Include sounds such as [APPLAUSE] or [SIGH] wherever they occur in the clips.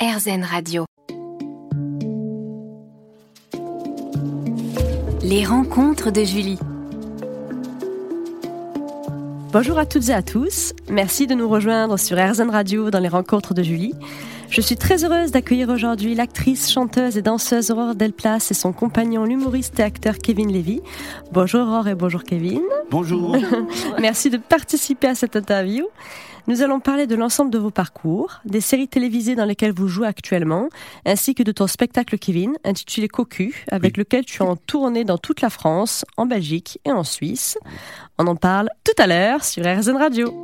RZN Radio. Les rencontres de Julie. Bonjour à toutes et à tous. Merci de nous rejoindre sur RZN Radio dans les rencontres de Julie. Je suis très heureuse d'accueillir aujourd'hui l'actrice, chanteuse et danseuse Aurore Delplace et son compagnon, l'humoriste et acteur Kevin Lévy. Bonjour Aurore et bonjour Kevin. [LAUGHS] Bonjour. Merci de participer à cette interview. Nous allons parler de l'ensemble de vos parcours, des séries télévisées dans lesquelles vous jouez actuellement, ainsi que de ton spectacle Kevin, intitulé Cocu, avec lequel tu es en tournée dans toute la France, en Belgique et en Suisse. On en parle tout à l'heure sur RZN Radio.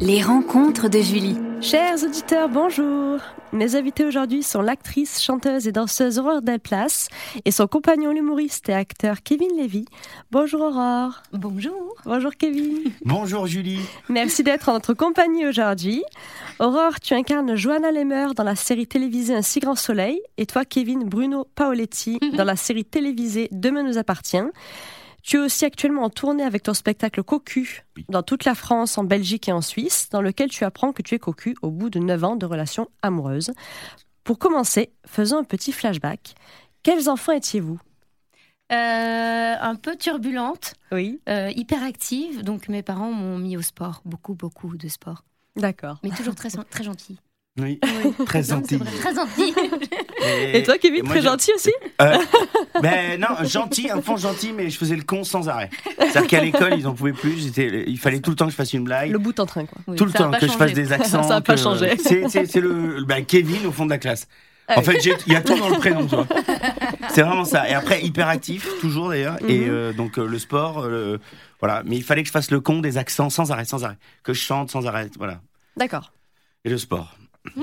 Les rencontres de Julie. Chers auditeurs, bonjour. Mes invités aujourd'hui sont l'actrice, chanteuse et danseuse Aurore Delplace et son compagnon l'humoriste et acteur Kevin Lévy. Bonjour Aurore. Bonjour. Bonjour Kevin. Bonjour Julie. Merci d'être en notre compagnie aujourd'hui. Aurore, tu incarnes Johanna Lemmer dans la série télévisée Un si grand soleil et toi, Kevin Bruno Paoletti, dans la série télévisée Demain nous appartient. Tu es aussi actuellement en tournée avec ton spectacle Cocu Oui. dans toute la France, en Belgique et en Suisse, dans lequel tu apprends que tu es cocu au bout de 9 ans de relation amoureuse. Pour commencer, faisons un petit flashback. Quels enfants étiez-vous Euh, un peu turbulente, Oui, euh, hyperactive, donc mes parents m'ont mis au sport, beaucoup, beaucoup de sport, d'accord. mais [LAUGHS] toujours très, sen- très gentille. Oui. Oui. Très Non, mais c'est gentille. vrai, [LAUGHS] Très gentille. Et toi, et Kevin, moi, très j'ai- gentil aussi Euh, Ben non, gentil, enfant gentil, mais je faisais le con sans arrêt. C'est-à-dire qu'à l'école, ils en pouvaient plus. j'étais- Il fallait tout le temps que je fasse une blague. Le bout en train, quoi. Oui, tout le ça a temps pas que je fasse changé. des accents. Ça a pas que- changé. Ah C'est, c'est- c'est le ben, Kevin au fond de la classe. En fait, j'ai- il y a tout dans le prénom, tu vois. C'est vraiment ça. Et après, hyperactif, toujours d'ailleurs. Et Mhm. euh, donc, euh, le sport, euh, voilà. Mais il fallait que je fasse le con des accents sans arrêt, sans arrêt. Que je chante sans arrêt, voilà. D'accord. Et le sport.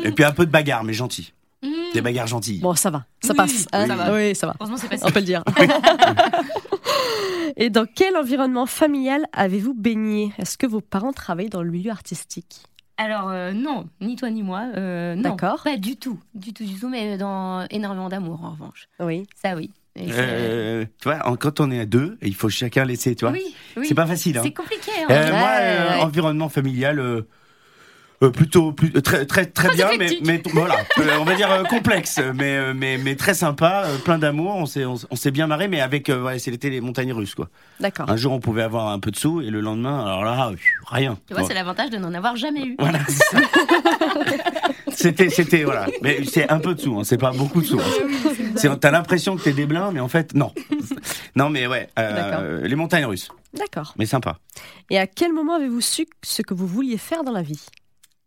Et puis un peu de bagarre, mais gentil. Mmh. Des bagarres gentilles. Bon, ça va, ça Oui, passe. ça hein. va. Oui, ça va. Heureusement, c'est passé. On Oh. peut le dire. [LAUGHS] Et dans quel environnement familial avez-vous baigné Est-ce que vos parents travaillaient dans le milieu artistique Alors, euh, non, ni toi ni moi. euh, non, D'accord. Pas du tout, du tout, du tout, mais dans énormément d'amour en revanche. Oui. Ça, oui. Et c'est- Euh, tu vois, en- quand on est à deux, il faut chacun laisser, tu vois. oui, oui. C'est pas facile. hein. C'est compliqué. hein. Euh, Moi, Ouais, euh, ouais. environnement familial. euh, euh, plutôt plus, euh, très très très Très bien mais, éclectique. mais [LAUGHS] voilà Euh, on va dire euh, complexe mais euh, mais mais très sympa euh, plein d'amour on s'est on, s- on s'est bien marré mais avec euh, ouais, c'était les montagnes russes quoi D'accord. un jour on pouvait avoir un peu de sous et le lendemain alors là euh, rien Tu vois, Bon. c'est l'avantage de n'en avoir jamais eu. voilà c'est ça. c'était c'était voilà mais c'est un peu de sous hein, c'est pas beaucoup de sous hein. C'est- T'as l'impression que t'es des blinds, mais en fait, non. non, mais ouais, euh, D'accord. les montagnes russes, D'accord. mais sympa. Et à quel moment avez-vous su ce que vous vouliez faire dans la vie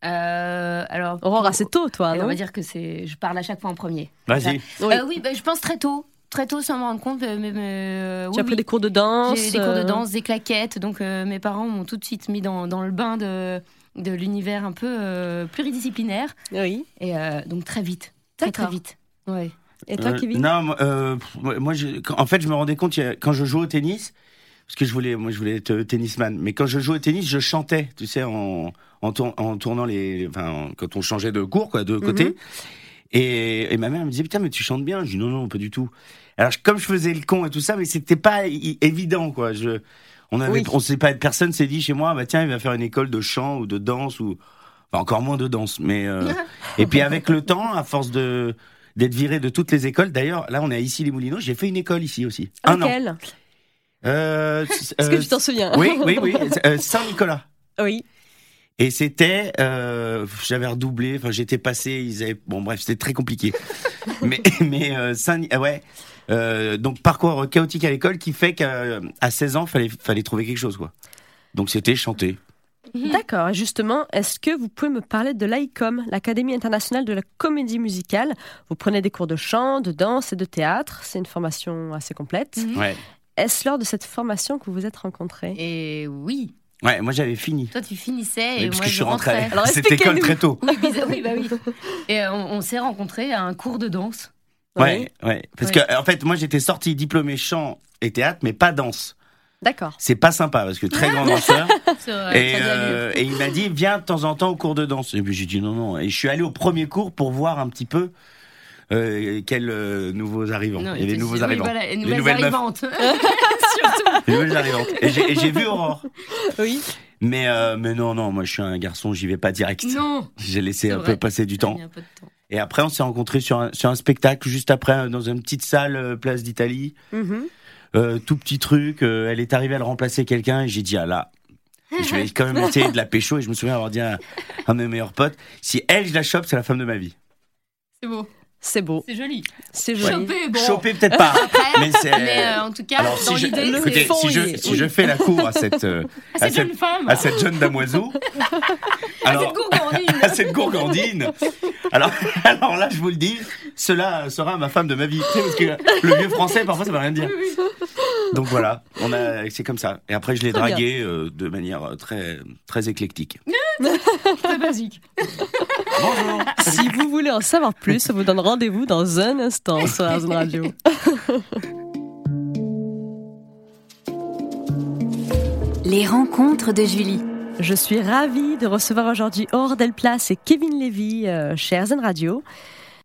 Euh, alors, Aurore, pour- assez tôt, toi, Eh ben, non On va dire que c'est. Je parle à chaque fois en premier. Vas-y. Oui. Euh, oui, bah, je pense très tôt. Très tôt, sans me rendre compte. euh, Mais, mais, euh, Tu oui, as pris oui. des cours de danse J'ai eu des cours de euh, danse, des claquettes. Donc euh, mes parents m'ont tout de suite mis dans, dans le bain de, de l'univers un peu euh, pluridisciplinaire. Oui. Et euh, donc très vite. Très très D'accord. vite. Ouais. Et toi, Euh, Kevin Non, moi, euh, pff, ouais, moi, je- quand- en fait, je me rendais compte il y a- quand je jouais au tennis, parce que je voulais, moi, je voulais être euh, tennisman. Mais quand je jouais au tennis, je chantais, tu sais, en, en, tour- en tournant les, enfin, en- quand on changeait de cours, quoi, de côté. Mm-hmm. Et, et ma mère me disait putain mais tu chantes bien. Je dis non non pas du tout. Alors je- comme je faisais le con et tout ça, mais c'était pas i- évident quoi. Je, on avait, Oui. on sait pas personne s'est dit chez moi bah tiens il va faire une école de chant ou de danse ou enfin, encore moins de danse. Mais euh, et puis avec le temps, à force de d'être viré de toutes les écoles. D'ailleurs là on est à ici les Moulineaux. J'ai fait une école ici aussi. Un an. Laquelle Euh, c- Est-ce que euh, tu t'en souviens oui oui oui euh, Saint Nicolas. [LAUGHS] Oui. Et c'était, euh, j'avais redoublé, enfin j'étais passé, ils avaient, bon bref, c'était très compliqué. mais mais euh, Saint- ah ouais, euh, donc parcours chaotique à l'école qui fait qu'à à 16 ans, fallait fallait trouver quelque chose quoi. Donc c'était chanter. [LAUGHS] D'accord. Et Justement, est-ce que vous pouvez me parler de l'AICOM, l'Académie internationale de la comédie musicale Vous prenez des cours de chant, de danse et de théâtre. C'est une formation assez complète. Mhm. Ouais. Est-ce lors de cette formation que vous vous êtes rencontrés Et oui, Ouais, moi j'avais fini. toi tu finissais Mais et parce moi que je je suis rentré rentrais. Alors, à cette école expliquez-nous. très tôt. Oui, bizarre- oui, bah oui. Et euh, on, on s'est rencontrés à un cours de danse. Ouais, ouais. Parce que Oui. euh, en fait, moi j'étais sorti diplômé chant et théâtre, mais pas danse. D'accord. C'est pas sympa parce que très grand [LAUGHS] danseur. sur, euh, Et, Crédit Agricole. euh, et il m'a dit, viens de temps en temps au cours de danse. Et puis j'ai dit non, non. Et je suis allé au premier cours pour voir un petit peu euh, quels euh, nouveaux arrivants. Non, et il les te nouveaux dit- oui, arrivants. voilà, les nouvelles nouvelles meufs. [LAUGHS] arrivantes. [LAUGHS] Surtout. [LAUGHS] Les nouvelles arrivantes. Et j'ai et j'ai vu Aurore. Oui. Mais, euh, mais non, non, moi je suis un garçon, j'y vais pas direct. Non J'ai laissé C'est un vrai. peu passer du temps. Il y a pas de temps. Et après, on s'est rencontrés sur un, sur un spectacle juste après, euh, dans une petite salle, euh, place d'Italie. Mhm. Euh, tout petit truc. euh, elle est arrivée, elle remplaçait quelqu'un et j'ai dit, ah là. Je vais [LAUGHS] quand même essayer de la pécho et je me souviens avoir dit à un de mes meilleurs potes si elle je la chope c'est la femme de ma vie. C'est beau, C'est beau, c'est joli. c'est Choper, joli. bon. Choper peut-être [LAUGHS] pas. mais c'est Mais euh, en tout cas, Alors, si dans je, l'idée, le écoutez, c'est fond, si, je, il est- si oui. je fais la cour à cette, euh, Ah, à cette cette, jeune femme, Ah, à cette jeune [LAUGHS] damoiseau, à cette alors, gourgandine. à cette gourgandine, alors, [LAUGHS] alors là, je vous le dis, cela sera ma femme de ma vie. Tu sais, parce que le vieux français, parfois, ça veut rien dire. Donc voilà, on a, c'est comme ça. Et après, je l'ai Très bien. draguée euh, de manière euh, très, très éclectique. Très basique. Bonjour. Si vous voulez en savoir plus, on vous donne rendez-vous dans un instant sur Arzen Radio. Les rencontres de Julie. Je suis ravie de recevoir aujourd'hui Ordel Place et Kevin Lévy euh, chez Arzen Radio.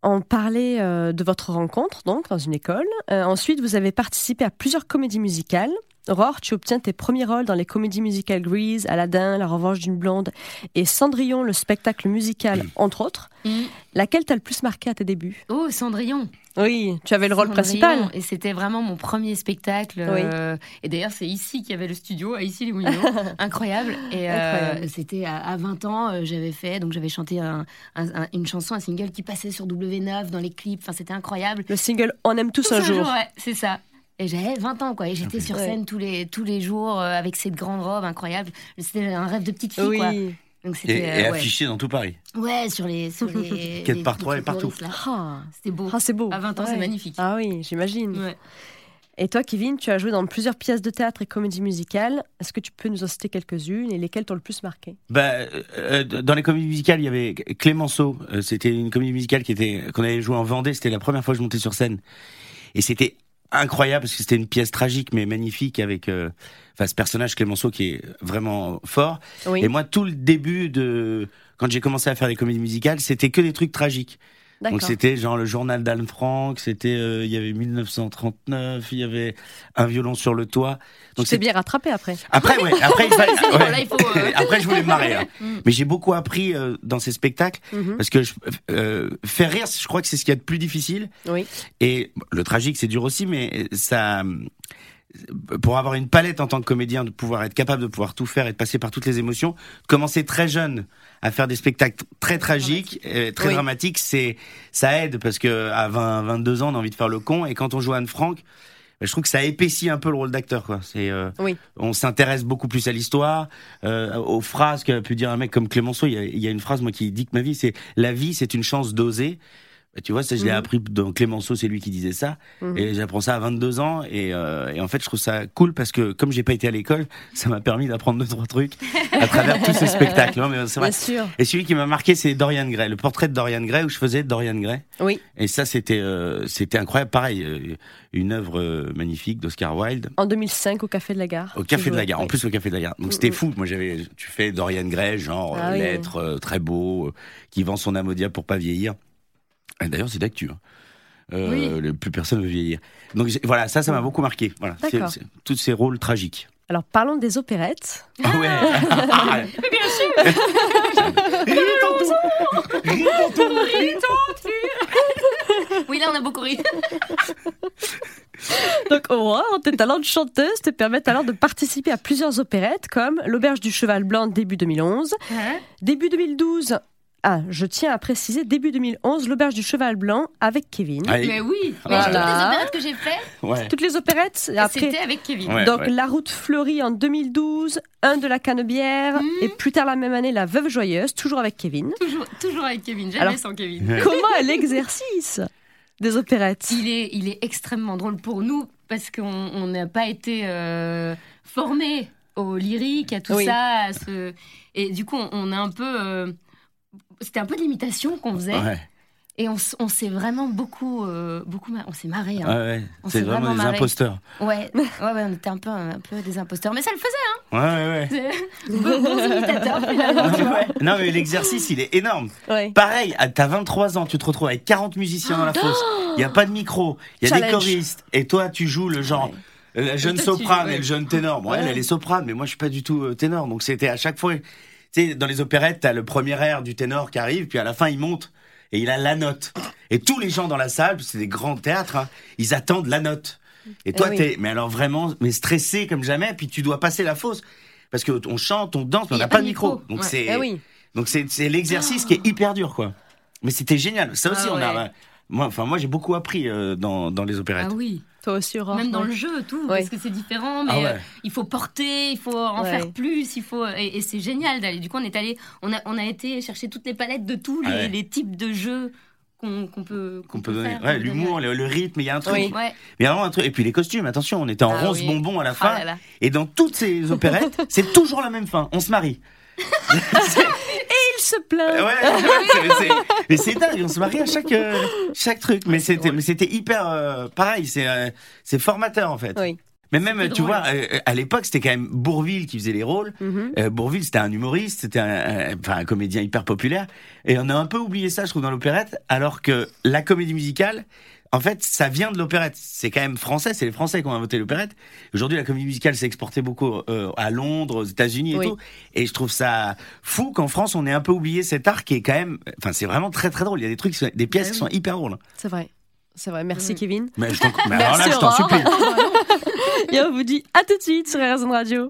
On parlait euh, de votre rencontre, donc, dans une école. Euh, ensuite, vous avez participé à plusieurs comédies musicales. Aurore, tu obtiens tes premiers rôles dans les comédies musicales Grease, Aladdin, La Revanche d'une Blonde et Cendrillon, le spectacle musical, entre autres. Mm. Laquelle t'a le plus marqué à tes débuts [LAUGHS] Oh, Cendrillon. Oui, tu avais le rôle Cendrillon. principal. Et c'était vraiment mon premier spectacle. Oui. euh, et d'ailleurs, c'est ici qu'il y avait le studio, à ici les Moulineaux. [LAUGHS] Incroyable. Et euh, Incroyable. c'était à, à 20 ans, euh, j'avais fait, donc j'avais chanté un- un- un- une chanson, un single qui passait sur W9 dans les clips. Enfin, c'était incroyable. Le single On aime tous Tous un un jour. ouais, c'est ça. Et j'avais 20 ans, quoi. Et j'étais sur Ouais. scène tous les, tous les jours euh, avec cette grande robe incroyable. C'était un rêve de petite hein. fille, quoi. Oui. Donc Et, c'était. et euh, ouais. affichée dans tout Paris. Ouais, sur les. Sur les Quatre les par trois et petites partout. fleuristes, là. Ah, C'était beau. ah, c'est beau. À 20 ans, c'est Ouais. magnifique. Ah oui, j'imagine. Ouais. Et toi, Kevin, tu as joué dans plusieurs pièces de théâtre et comédies musicales. Est-ce que tu peux nous en citer quelques-unes et lesquelles t'ont le plus marqué Bah, euh, dans les comédies musicales, il y avait Clémenceau. Euh, C'était une comédie musicale qui était qu'on avait joué en Vendée. C'était la première fois que je montais sur scène, et c'était incroyable parce que c'était une pièce tragique mais magnifique avec, euh, enfin, ce personnage Clémenceau qui est vraiment fort. Oui, Et moi, tout le début de quand j'ai commencé à faire des comédies musicales, c'était que des trucs tragiques. Donc d'accord. c'était genre le journal d'Anne Frank, c'était euh, il y avait 1939, il y avait un violon sur le toit. Tu Donc t'es c'est bien rattrapé après. après, ouais, [LAUGHS] après, il fallait- [LAUGHS] Bon, ouais. là, il faut, [LAUGHS] euh, Après, je voulais me marrer. hein. Mm. Mais j'ai beaucoup appris euh, dans ces spectacles Mhm. parce que je- euh, faire rire, je crois que c'est ce qu'il y a de plus difficile. Oui, Et le tragique, c'est dur aussi, mais ça. euh, Pour avoir une palette en tant que comédien, de pouvoir être capable de pouvoir tout faire et de passer par toutes les émotions, commencer très jeune à faire des spectacles très tragiques, euh, très Oui. dramatiques, c'est ça aide parce que à 20, 22 ans, on a envie de faire le con et quand on joue Anne Frank, ben, je trouve que ça épaissit un peu le rôle d'acteur. Quoi. C'est, euh, Oui. On s'intéresse beaucoup plus à l'histoire, euh, aux phrases qu'a pu dire un mec comme Clémenceau. Il y a, il y a une phrase moi qui dit que ma vie, c'est la vie, c'est une chance d'oser. Ben, tu vois, ça je l'ai Mhm. appris dans Clémenceau, c'est lui qui disait ça. Mhm. Et j'apprends ça à 22 ans. Et, euh, et en fait, je trouve ça cool parce que comme j'ai pas été à l'école, [LAUGHS] ça m'a permis d'apprendre deux trois trucs à travers [LAUGHS] tous ces spectacles. Non, mais c'est vrai. bien sûr. Et celui qui m'a marqué, c'est Dorian Gray, le portrait de Dorian Gray où je faisais Dorian Gray. Oui. Et ça, c'était euh, c'était incroyable. Pareil, euh, une œuvre euh, magnifique d'Oscar Wilde En 2005, au Café de la Gare. au tu Café de la jouais. Gare. En Oui. plus, au Café de la Gare. Donc Mm, c'était mm. fou. Moi, j'avais tu fais Dorian Gray, genre Ah euh, oui. l'être euh, très beau euh, qui vend son âme au diable pour pas vieillir. Et D'ailleurs, c'est d'actu. hein. Euh, le- Plus personne veut vieillir. Donc j'ai- voilà, ça, ça m'a beaucoup marqué. Voilà, C'est- D'accord. c'est- tous ces rôles tragiques. Alors parlons des opérettes. Ah ouais. [LAUGHS] bien sûr. [LAUGHS] Oui, là, on a beaucoup ri. Donc Aurore, tes talents de chanteuse te permettent alors de participer à plusieurs opérettes comme L'Auberge du Cheval Blanc début 2011, début 2012. Ah, je tiens à préciser, début 2011, L'Auberge du Cheval Blanc avec Kevin. Ah, Mais et- oui, mais Voilà. toutes les opérettes que j'ai fait, ouais. Toutes les opérettes, après c'était avec Kevin. Ouais, Donc ouais. La Route fleurie en 2012, un de la Canebière Mhm. et plus tard la même année La Veuve joyeuse, toujours avec Kevin. Toujours, toujours avec Kevin, jamais Alors- sans Kevin. Comment est l'exercice des opérettes Il est, il est extrêmement drôle pour nous parce qu'on on n'a pas été euh, formés au lyrique, à tout Oui. ça. à ce- Et du coup, on, on a un peu. euh, C'était un peu de l'imitation qu'on faisait. Ouais, Et on, s- on s'est vraiment beaucoup. euh, beaucoup mar- on s'est marré. ouais, hein. ouais. On C'est s'est vraiment vraiment des marré. imposteurs. Ouais. ouais, ouais, on était un peu, un peu des imposteurs. Mais ça le faisait. Ouais, hein. ouais, ouais. Bons, bons imitateurs, finalement. [LAUGHS] tu vois. Non, mais l'exercice, il est énorme. Ouais. Pareil, à- t'as 23 ans, tu te retrouves avec 40 musiciens dans la fosse. Il y a pas de micro, il y a des Challenge. choristes. Et toi, tu joues le genre. euh, La jeune toi, tu- soprane ouais. et le jeune ténor. Bon, elle, Ouais. elle est soprane, mais moi, je suis pas du tout euh, ténor. Donc, c'était à chaque fois. Tu sais, dans les opérettes, t'as le premier air du ténor qui arrive, puis à la fin, il monte et il a la note. Et tous les gens dans la salle, c'est des grands théâtres, hein, ils attendent la note. Et toi, oui. t'es, mais alors vraiment, mais stressé comme jamais, puis tu dois passer la fausse. Parce que on chante, on danse, mais on Il y n'a a pas de micro. Donc, Ouais. c'est, Ah oui. donc c'est, c'est l'exercice qui est hyper dur, quoi. Mais c'était génial. Ça aussi, Ah on a. ouais. Moi, enfin, moi, j'ai beaucoup appris euh, dans, dans les opérettes. Ah oui, Toi aussi, Aurore. même dans ouais. le jeu, tout, Ouais. parce que c'est différent, mais Ah ouais. euh, il faut porter, il faut en Ouais. faire plus, il faut et, et c'est génial d'aller. Du coup, on est allé, on a, on a été chercher toutes les palettes de tous les, Ah ouais. les types de jeux qu'on qu'on peut qu'on peut donner. faire, Ouais, qu'on peut l'humour, le, le rythme, il y a un truc. donner. Oui. Ouais. Il y a vraiment un truc. Et puis les costumes, attention, on était en Ah rose oui. bonbon à la fin. Ah là là. Et dans toutes [LAUGHS] ces opérettes, c'est toujours la même fin. On se marie. Il se Ouais, plaint. ouais, [LAUGHS] c'est- mais c'est- mais c'est dingue, on se marie à chaque, euh, chaque truc. Ah, Mais c'était mais c'était hyper euh, pareil, c'est euh, c'est formateur en fait. Oui. Mais même, C'était tu drôle. vois, euh, à l'époque, c'était quand même Bourville qui faisait les rôles. Mhm. Euh, Bourville, c'était un humoriste, c'était un, un- enfin, un comédien hyper populaire. Et on a un peu oublié ça, je trouve, dans l'opérette, alors que la comédie musicale, en fait, ça vient de l'opérette. C'est quand même français, c'est les Français qui ont inventé l'opérette. Aujourd'hui, la comédie musicale s'est exportée beaucoup euh, à Londres, aux États-Unis et Oui. tout. Et je trouve ça fou qu'en France, on ait un peu oublié cet art qui est quand même. Enfin, c'est vraiment très très drôle. Il y a des trucs, qui sont- des pièces Bah qui oui. sont hyper drôles. C'est vrai. C'est vrai. Merci, Mhm. Kevin. Mais, je t'en- mais alors là, Merci, je t'en Aurore. supplie. Et on vous dit à tout de suite sur RZN Radio.